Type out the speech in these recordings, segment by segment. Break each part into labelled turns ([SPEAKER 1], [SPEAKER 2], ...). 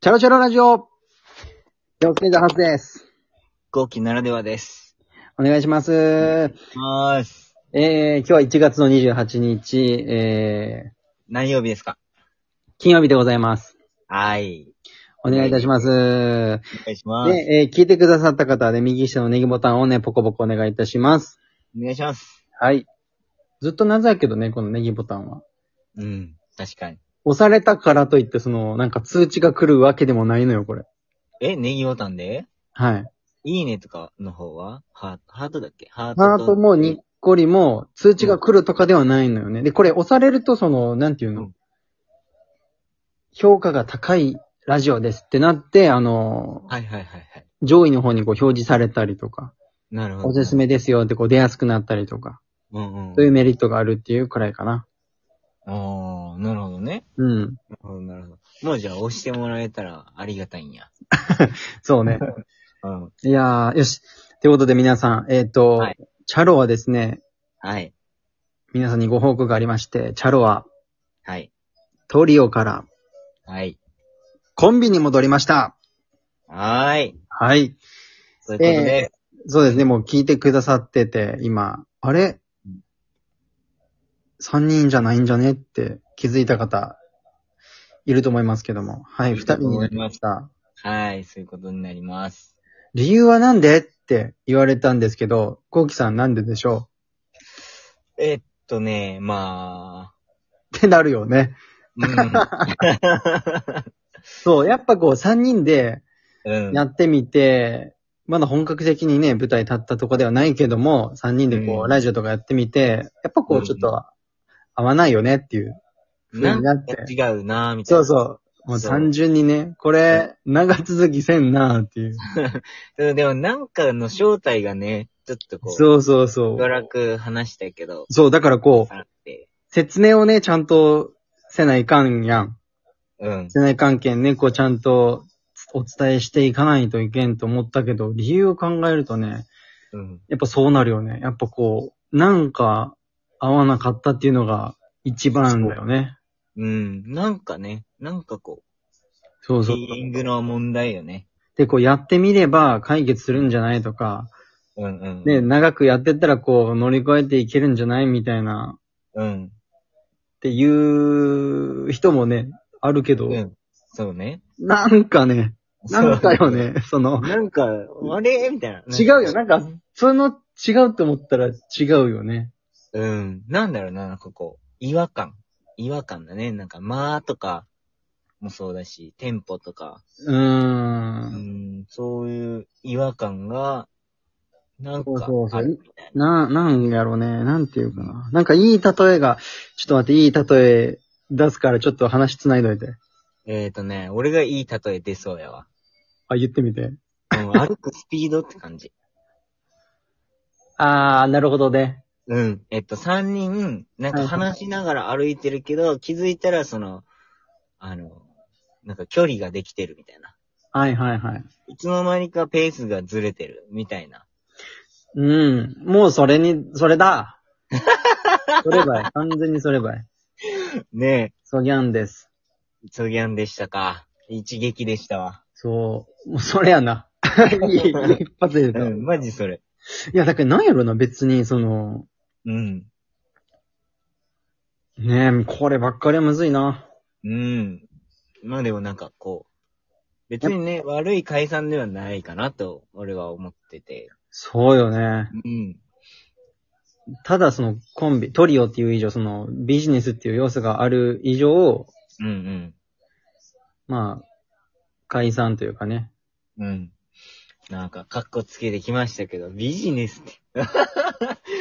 [SPEAKER 1] チャロチャロラジオ気をつけたはずです。
[SPEAKER 2] 後期ならではです。
[SPEAKER 1] お願いします。え
[SPEAKER 2] まーす。
[SPEAKER 1] ー、今日は1月の28日、えー、
[SPEAKER 2] 何曜日ですか
[SPEAKER 1] 金曜日でございます。
[SPEAKER 2] はい。
[SPEAKER 1] お願いいたします。
[SPEAKER 2] お願いします。
[SPEAKER 1] で、えー聞いてくださった方はね、右下のネギボタンをね、ポコポコお願いいたします。
[SPEAKER 2] お願いします。
[SPEAKER 1] はい。ずっと謎やけどね、このネギボタンは。
[SPEAKER 2] うん。確かに。
[SPEAKER 1] 押されたからといって、その、なんか通知が来るわけでもないのよ、これ。
[SPEAKER 2] え、ネギボタンで
[SPEAKER 1] はい。
[SPEAKER 2] いいねとかの方はハハートだっけハートと。
[SPEAKER 1] ハートもにっこりも通知が来るとかではないのよね。で、これ押されるとその、なんていうの、
[SPEAKER 2] うん
[SPEAKER 1] 評価が高いラジオですってなって、あの、
[SPEAKER 2] はいはいはいはい。
[SPEAKER 1] 上位の方にこう表示されたりとか、
[SPEAKER 2] なるほど。
[SPEAKER 1] おすす。めですよってこう出やすくなったりとか、
[SPEAKER 2] うんうん。
[SPEAKER 1] そういうメリットがあるっていうくらいかな。
[SPEAKER 2] あー、なるほどね。
[SPEAKER 1] うん。
[SPEAKER 2] なるほどなるほど。もうじゃあ押してもらえたらありがたいんや。
[SPEAKER 1] そう ね。
[SPEAKER 2] うん。
[SPEAKER 1] いやー、よし。ということで皆さん、えっ、と、
[SPEAKER 2] はい
[SPEAKER 1] チャロはですね、
[SPEAKER 2] はい。
[SPEAKER 1] 皆さんにご報告がありまして、チャロは
[SPEAKER 2] はい。
[SPEAKER 1] トリオから
[SPEAKER 2] はい。
[SPEAKER 1] コンビに戻りました。
[SPEAKER 2] はーい。
[SPEAKER 1] はい。
[SPEAKER 2] そういうことで、
[SPEAKER 1] そうですね、もう聞いてくださってて、今、あれ
[SPEAKER 2] うん
[SPEAKER 1] 三人じゃないんじゃねって気づいた方、いると思いますけども。はい、
[SPEAKER 2] い
[SPEAKER 1] 二
[SPEAKER 2] ると
[SPEAKER 1] 人
[SPEAKER 2] 思
[SPEAKER 1] に
[SPEAKER 2] います
[SPEAKER 1] なりました。
[SPEAKER 2] はい。そういうことになります。
[SPEAKER 1] 理由はなんでって言われたんですけど、こうきさんなんででしょ
[SPEAKER 2] えっとね、まあ、
[SPEAKER 1] うってなるよね。 そう、やっぱこう三人で
[SPEAKER 2] うん。
[SPEAKER 1] やってみて、まだ本格的にね、舞台立ったとこではないけども、三人でこ
[SPEAKER 2] う
[SPEAKER 1] う、
[SPEAKER 2] ん
[SPEAKER 1] ラジオとかやってみて、やっぱこう、ちょっ
[SPEAKER 2] う
[SPEAKER 1] と、合わないよねっていう風
[SPEAKER 2] な
[SPEAKER 1] になんって
[SPEAKER 2] か違うなぁ、みたい
[SPEAKER 1] そ
[SPEAKER 2] な。
[SPEAKER 1] うそう。もう
[SPEAKER 2] そう
[SPEAKER 1] 単純にね、これ、長続きせんなーっていう。
[SPEAKER 2] うんでもなんかの正体がね、ちょっとこう、し
[SPEAKER 1] そうそうそ
[SPEAKER 2] ば
[SPEAKER 1] う。
[SPEAKER 2] らく話したけど、
[SPEAKER 1] そう、だからこう、
[SPEAKER 2] あって、
[SPEAKER 1] 説明をね、ちゃんとせないかんやん。
[SPEAKER 2] うん。
[SPEAKER 1] せない関係ね、こうちゃんとお伝えしていかないといけんと思ったけど、理由を考えるとね、
[SPEAKER 2] うん。
[SPEAKER 1] やっぱそうなるよね。やっぱこう、なんか合わなかったっていうのが一番だよね。
[SPEAKER 2] うん。なんかね、なんかこ
[SPEAKER 1] そう
[SPEAKER 2] う、
[SPEAKER 1] そう
[SPEAKER 2] ヒーリングの問題よね。
[SPEAKER 1] で、こうやってみれば解決するんじゃないとか、
[SPEAKER 2] うんうん。
[SPEAKER 1] ね、長くやってったらこう乗り越えていけるんじゃないみたいな
[SPEAKER 2] うん。
[SPEAKER 1] っていう人もね、あるけど、
[SPEAKER 2] うん。そうね。
[SPEAKER 1] なんかね、なんかよね、その、
[SPEAKER 2] なんか、あれみたいな。
[SPEAKER 1] 違うよ、なんか、その違うって思ったら違うよね。
[SPEAKER 2] うん。なんだろうな、なんかこう、違和感。違和感だね。なんか、まあとか、もそうだし、テンポとか、
[SPEAKER 1] うー。
[SPEAKER 2] うんん、そういう違和感が、なんか、
[SPEAKER 1] そうそうそ
[SPEAKER 2] あ
[SPEAKER 1] う
[SPEAKER 2] るみたい
[SPEAKER 1] な、なんやろうね、なんていうかな。なんかいい例えが、ちょっと待って、いい例え出すからちょっと話つないどいて。
[SPEAKER 2] な。えっ、ー、とね、俺がいい例え出そうやわ。
[SPEAKER 1] あ、言ってみて。
[SPEAKER 2] うん、歩くスピードって感じ。
[SPEAKER 1] あー、なるほどね。
[SPEAKER 2] うん。えっと、三人、なん
[SPEAKER 1] はい
[SPEAKER 2] か
[SPEAKER 1] はい
[SPEAKER 2] 話しながら歩いてるけど、気づいたら、その、あの、なんか距離ができてるみたいな。
[SPEAKER 1] はいはいはい。
[SPEAKER 2] いつの間にかペースがずれてるみたいな。
[SPEAKER 1] うん。もうそれに、それ だそればい。完全にそればい。
[SPEAKER 2] ねえ。
[SPEAKER 1] そぎゃんです。
[SPEAKER 2] ソギャンでしたか。一撃でしたわ。
[SPEAKER 1] そう。もうそれやな。いい一発で言うと。
[SPEAKER 2] う
[SPEAKER 1] い
[SPEAKER 2] ん、マジそれ。
[SPEAKER 1] や、だけどなんやろな、別に、その、
[SPEAKER 2] うん。
[SPEAKER 1] ねえ、こればっかりはむずいな。
[SPEAKER 2] うん。まあでもなんかこう、別にね、悪い解散ではないかなと、俺は思ってて。
[SPEAKER 1] そうよね。
[SPEAKER 2] うん。
[SPEAKER 1] ただそのコンビ、トリオっていう以上、そのビジネスっていう要素がある以上、
[SPEAKER 2] うん
[SPEAKER 1] まあ、解散というかね。
[SPEAKER 2] うん。うん。なんか、カッコつけてきましたけど、ビジネスって。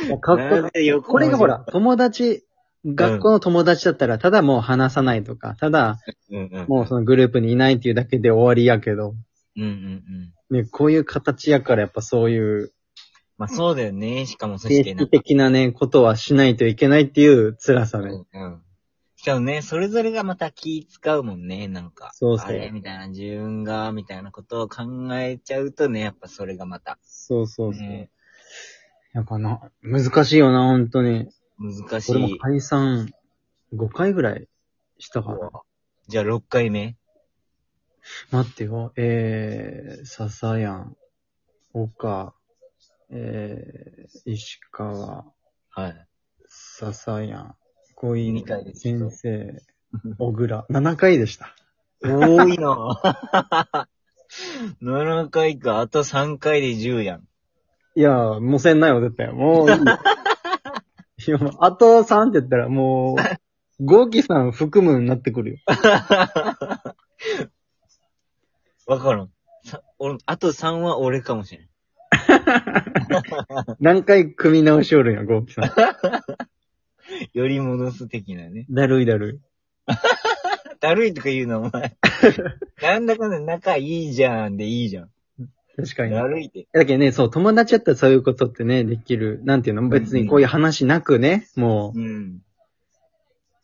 [SPEAKER 1] いやかっこいい。
[SPEAKER 2] いい。
[SPEAKER 1] これがほ。ら、友達、学校の友達だったら、ただもう話さないとか、ただ
[SPEAKER 2] うんうん。
[SPEAKER 1] もうそのグループにいないっていうだけで終わりやけど、
[SPEAKER 2] うんうんうん。
[SPEAKER 1] ね、こういう形やからやっぱそういう
[SPEAKER 2] まあそうだよね。しかもそし
[SPEAKER 1] 形
[SPEAKER 2] てな
[SPEAKER 1] 式
[SPEAKER 2] んか。
[SPEAKER 1] 的なね、ことはしないといけないっていう辛さ
[SPEAKER 2] う
[SPEAKER 1] ね。
[SPEAKER 2] んうん。しかもね、それぞれがまた気使うもんね。なんか。
[SPEAKER 1] そうそう
[SPEAKER 2] あれみたいな、自分が、みたいなことを考えちゃうとね、やっぱそれがまた。
[SPEAKER 1] そうそうそう。
[SPEAKER 2] ね、
[SPEAKER 1] やっぱな、難しいよな、本当に。
[SPEAKER 2] 難し
[SPEAKER 1] 俺も
[SPEAKER 2] い。
[SPEAKER 1] 解散5回ぐらいしたから。
[SPEAKER 2] じゃあ6回目
[SPEAKER 1] 待ってよ。えー、笹やん、岡、えー、石川、
[SPEAKER 2] はい。
[SPEAKER 1] 笹やん、小
[SPEAKER 2] 二
[SPEAKER 1] 井
[SPEAKER 2] 回でした
[SPEAKER 1] 先生、小倉。7回でした。
[SPEAKER 2] 多いな 7回か、あと3回で10やん。
[SPEAKER 1] いやー、もうせんないよ、絶対。もういいよ。いや、もうあと3って言ったら、もう、ゴキさん含むになってくるよ。
[SPEAKER 2] わからん。さ俺あと3は俺かもしれん。
[SPEAKER 1] 何回組み直しおるんや、ゴキさん。
[SPEAKER 2] より戻す的なね。
[SPEAKER 1] だるいだる
[SPEAKER 2] だるいとか言うな、お前。 なんだかんだ仲いいじゃんでいいじゃん。
[SPEAKER 1] い。確かに。
[SPEAKER 2] だるいって。
[SPEAKER 1] だけどね、そう、友達やったらそういうことってね、できる。なんていうの別にこういう話なくね、も
[SPEAKER 2] うん。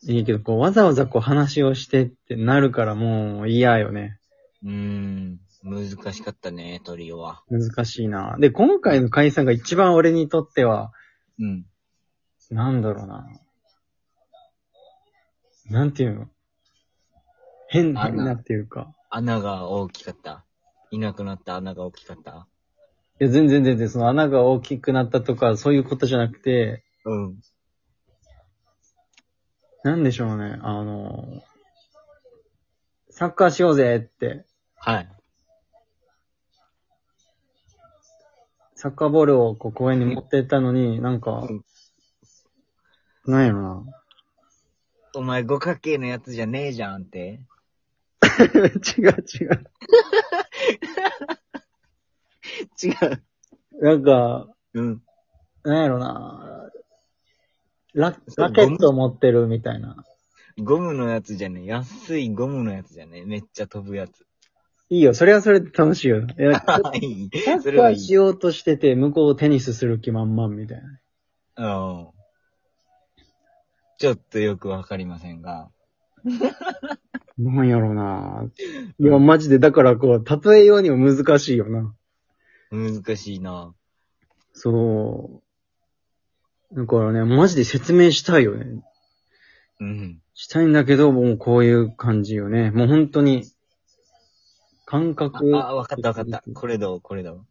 [SPEAKER 1] う、いいけど、こう、わざわざこう話をしてってなるから、もう嫌よね。
[SPEAKER 2] うーん。難しかったね、トリオは。
[SPEAKER 1] 難しいな。で、今回の解散が一番俺にとっては、
[SPEAKER 2] うん。
[SPEAKER 1] なんだろうな。なんていうの変、
[SPEAKER 2] あ
[SPEAKER 1] 変
[SPEAKER 2] な
[SPEAKER 1] なっていうか。
[SPEAKER 2] 穴が大きかった。いなくなった穴が大きかった。
[SPEAKER 1] いや、全然全然、その穴が大きくなったとか、そういうことじゃなくて、
[SPEAKER 2] うん。
[SPEAKER 1] なんでしょうね、あの、サッカーしようぜって、
[SPEAKER 2] はい。
[SPEAKER 1] サッカーボールをこう公園に持ってったのに、なんか
[SPEAKER 2] うん、
[SPEAKER 1] なんやろな。
[SPEAKER 2] お前五角形のやつじゃねえじゃんって。
[SPEAKER 1] 違う違う。
[SPEAKER 2] 違う。
[SPEAKER 1] なんか、
[SPEAKER 2] うん。
[SPEAKER 1] なんやろな。ララケットを持ってるみたいな。
[SPEAKER 2] ゴムのやつじゃねえ。安いゴムのやつじゃねえ。めっちゃ飛ぶやつ。
[SPEAKER 1] いいよ、それはそれで楽しいよ。いやサ
[SPEAKER 2] あいい。 そ
[SPEAKER 1] ッ
[SPEAKER 2] れ
[SPEAKER 1] カ
[SPEAKER 2] はい
[SPEAKER 1] ー
[SPEAKER 2] い。
[SPEAKER 1] しようとしてて、向こうテニスする気満々みたいな。
[SPEAKER 2] うん。ちょっとよくわかりませんが。
[SPEAKER 1] なんやろな。いや、マジで、だからこう、例えようにも難しいよな。
[SPEAKER 2] 難しいな。
[SPEAKER 1] そう。だからね、マジで説明したいよね。
[SPEAKER 2] うん。
[SPEAKER 1] したいんだけど、もうこういう感じよね。もう本当に、感
[SPEAKER 2] あ、
[SPEAKER 1] 覚。
[SPEAKER 2] あわかったわかった。これどうこれどう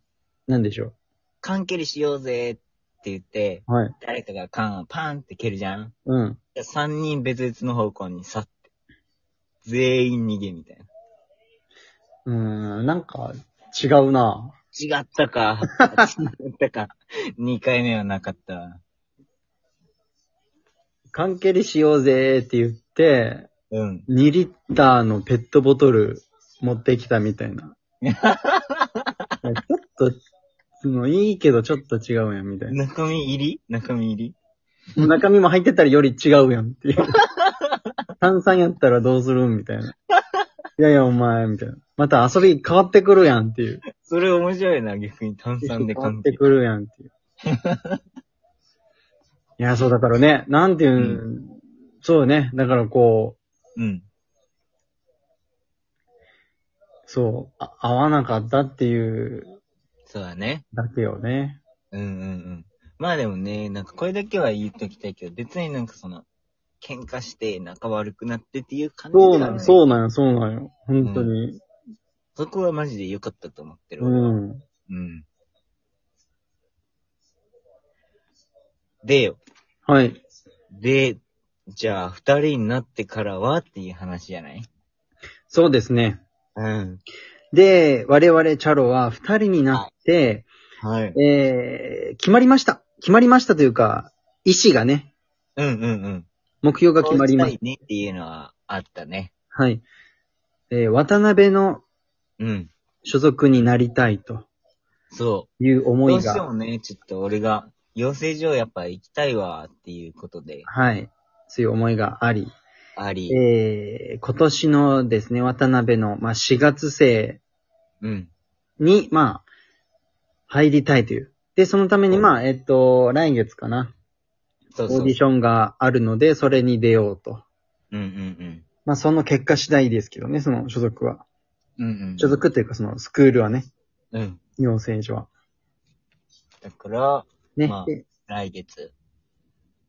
[SPEAKER 1] なんでしょ
[SPEAKER 2] 缶蹴りしようぜって言って、
[SPEAKER 1] う。はい。
[SPEAKER 2] 誰かが缶をパンって蹴るじゃん
[SPEAKER 1] うん。
[SPEAKER 2] じゃあ三人別々の方向に去って。全員逃げみたいう
[SPEAKER 1] ーん、なんか、違うな
[SPEAKER 2] な。違ったか。違ったか。二回目はなかったわ。
[SPEAKER 1] 缶蹴りしようぜーって言って、
[SPEAKER 2] うん。
[SPEAKER 1] 2リッターのペットボトル持ってきたみたいな。ちょっと、その、いいけどちょっと違うやんみたいな。
[SPEAKER 2] 中身入り中身入り
[SPEAKER 1] 中身も入ってたらより違うやんっていう。炭酸やったらどうするんみたいな。いやいや、お前、みたいな。また遊び変わってくるやんっていう。
[SPEAKER 2] それ面白いな、逆に炭酸で
[SPEAKER 1] 変わ
[SPEAKER 2] 缶
[SPEAKER 1] っ
[SPEAKER 2] 蹴
[SPEAKER 1] て
[SPEAKER 2] り。
[SPEAKER 1] くるやんっていう。いや、そうだからね、なんていうん、そうね、だからこ
[SPEAKER 2] うん。
[SPEAKER 1] う、そう、あ合わなかったっていう
[SPEAKER 2] そうだね。
[SPEAKER 1] だけよね。
[SPEAKER 2] うんうんうん。まあでもね、なんかこれだけは言っときたいけど、別になんかその、喧嘩して仲悪くなってっていう感じで
[SPEAKER 1] そ
[SPEAKER 2] は
[SPEAKER 1] う
[SPEAKER 2] な
[SPEAKER 1] ないの、そうなの、そうなの。本当に。
[SPEAKER 2] そこはマジで良かったと思ってる。
[SPEAKER 1] う。ん。
[SPEAKER 2] うん。でよ。
[SPEAKER 1] はい。
[SPEAKER 2] で、じゃあ二人になってからはっていう話じゃない
[SPEAKER 1] そうですね。
[SPEAKER 2] うん。
[SPEAKER 1] で、我々チャロは二人になって、
[SPEAKER 2] はい。
[SPEAKER 1] えー、決まりました。決まりましたというか、意思がね、
[SPEAKER 2] うんうんうん。
[SPEAKER 1] 目標が決まりま
[SPEAKER 2] こう
[SPEAKER 1] し。
[SPEAKER 2] したたいねっていうのはあったね。
[SPEAKER 1] はい。えー、渡辺の
[SPEAKER 2] うん。
[SPEAKER 1] 所属になりたいと
[SPEAKER 2] そう。
[SPEAKER 1] いう思
[SPEAKER 2] どう
[SPEAKER 1] い
[SPEAKER 2] しても
[SPEAKER 1] が、
[SPEAKER 2] ね、ちょっと俺が、養成所やっぱ行きたいわっていうことで、
[SPEAKER 1] はい。そういう思いがあり、
[SPEAKER 2] あり、
[SPEAKER 1] えー、今年のですね、渡辺の、まあ、4月生
[SPEAKER 2] うん。
[SPEAKER 1] に、まあ、入りたいという。で、そのために、まあ、えっと、来月かな、
[SPEAKER 2] そう
[SPEAKER 1] オ
[SPEAKER 2] そ
[SPEAKER 1] ー
[SPEAKER 2] う。
[SPEAKER 1] ディションがあるので、それに出ようと。
[SPEAKER 2] うんうん
[SPEAKER 1] まあ、その結果次第ですけどね、その所属は。
[SPEAKER 2] うん。うんうん。
[SPEAKER 1] 所属というか、そのスクールはね、
[SPEAKER 2] うん。
[SPEAKER 1] 養成所は。
[SPEAKER 2] だから、
[SPEAKER 1] ね。
[SPEAKER 2] まあ
[SPEAKER 1] で
[SPEAKER 2] 来月。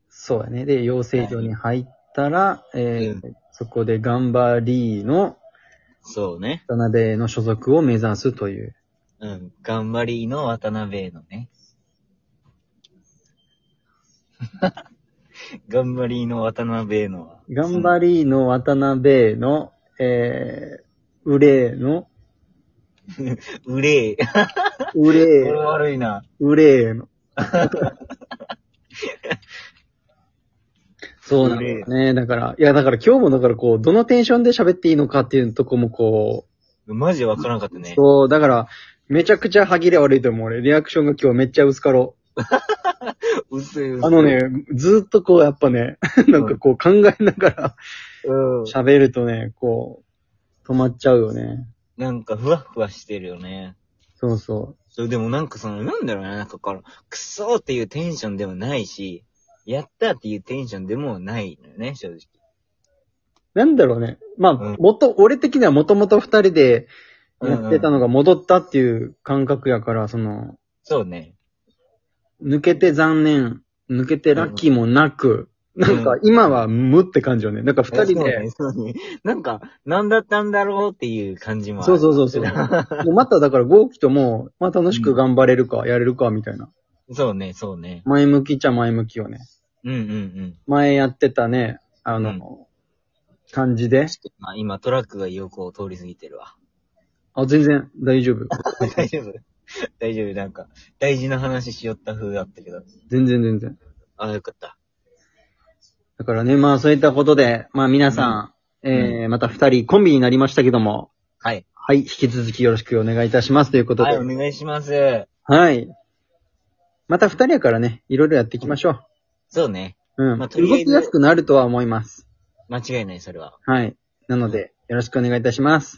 [SPEAKER 1] そうやね。で、養成所に入ったら、えー
[SPEAKER 2] う
[SPEAKER 1] そこで頑張りの、
[SPEAKER 2] そうね。
[SPEAKER 1] 渡辺の所属を目指すという。
[SPEAKER 2] うん。頑張りの渡辺のね。 頑張りの渡辺のは。
[SPEAKER 1] 頑張りの渡辺の、えー、憂いの、
[SPEAKER 2] うれえ。
[SPEAKER 1] 憂い
[SPEAKER 2] これ、悪いな。
[SPEAKER 1] 憂いの。 そうなんだよね。だから、いや、だから今日もだからこう、どのテンションで喋っていいのかっていうとこもこ
[SPEAKER 2] マジでわからんかった
[SPEAKER 1] う、
[SPEAKER 2] ね。
[SPEAKER 1] そう、だから、めちゃくちゃ歯切れ悪いと思う俺。リアクションが今日めっちゃ薄かろ。
[SPEAKER 2] 薄いう薄い
[SPEAKER 1] あの。ね、ずーっとこう、やっぱね、 なんかこう考えながら
[SPEAKER 2] うん。
[SPEAKER 1] 喋るとね、こう、止まっちゃうよね。
[SPEAKER 2] なんかふわふわしてるよね。
[SPEAKER 1] そうそ
[SPEAKER 2] そう、でもなんかその、なんだろうな、なんかこの、くそーっていうテンションでもないし、やったっていうテンションでもないのよね、正直。
[SPEAKER 1] う。なんだろうね。まあ、
[SPEAKER 2] うん
[SPEAKER 1] 元、俺的にはもともと二人でやってた
[SPEAKER 2] うんう
[SPEAKER 1] の
[SPEAKER 2] ん
[SPEAKER 1] が戻ったっていう感覚やから、その、
[SPEAKER 2] そうね。
[SPEAKER 1] 抜けて残念、抜けてラッキーもなく、
[SPEAKER 2] ん
[SPEAKER 1] なんか今は無って感じよね。なんか二人で、
[SPEAKER 2] そうねそうねなんか、なんだったんだろうっていう感じもあ
[SPEAKER 1] そ
[SPEAKER 2] る。
[SPEAKER 1] うそうそうそう。 もうまただから豪気とも、まあ楽しく頑張れるか、やれるかみたいな。
[SPEAKER 2] そうね、そうね。
[SPEAKER 1] 前向きっちゃ前向きよね。
[SPEAKER 2] うんうんうん。
[SPEAKER 1] 前やってたね、あの、
[SPEAKER 2] うん
[SPEAKER 1] 感じで。
[SPEAKER 2] まあ、今トラックが横を通り過ぎてるわ。
[SPEAKER 1] あ、全然 大丈夫。
[SPEAKER 2] 大丈夫大丈夫なんか、大事な話しよった風だったけど。
[SPEAKER 1] 全然全然。
[SPEAKER 2] ああ、よかった。
[SPEAKER 1] だからね、まあそういったことで、まあ皆さん、
[SPEAKER 2] ん
[SPEAKER 1] えー、また二人コンビになりましたけども、
[SPEAKER 2] はい。
[SPEAKER 1] はい、引き続きよろしくお願いいたしますということ
[SPEAKER 2] はい、
[SPEAKER 1] で。
[SPEAKER 2] お願いします。
[SPEAKER 1] はい。また二人やからね、いろいろやっていきましょう。
[SPEAKER 2] そうね。
[SPEAKER 1] うん。
[SPEAKER 2] まあとりあ
[SPEAKER 1] 動
[SPEAKER 2] えず
[SPEAKER 1] きやすくなるとは思います。
[SPEAKER 2] 間違いない、それは。
[SPEAKER 1] はい。なので、よろしくお願いいたします。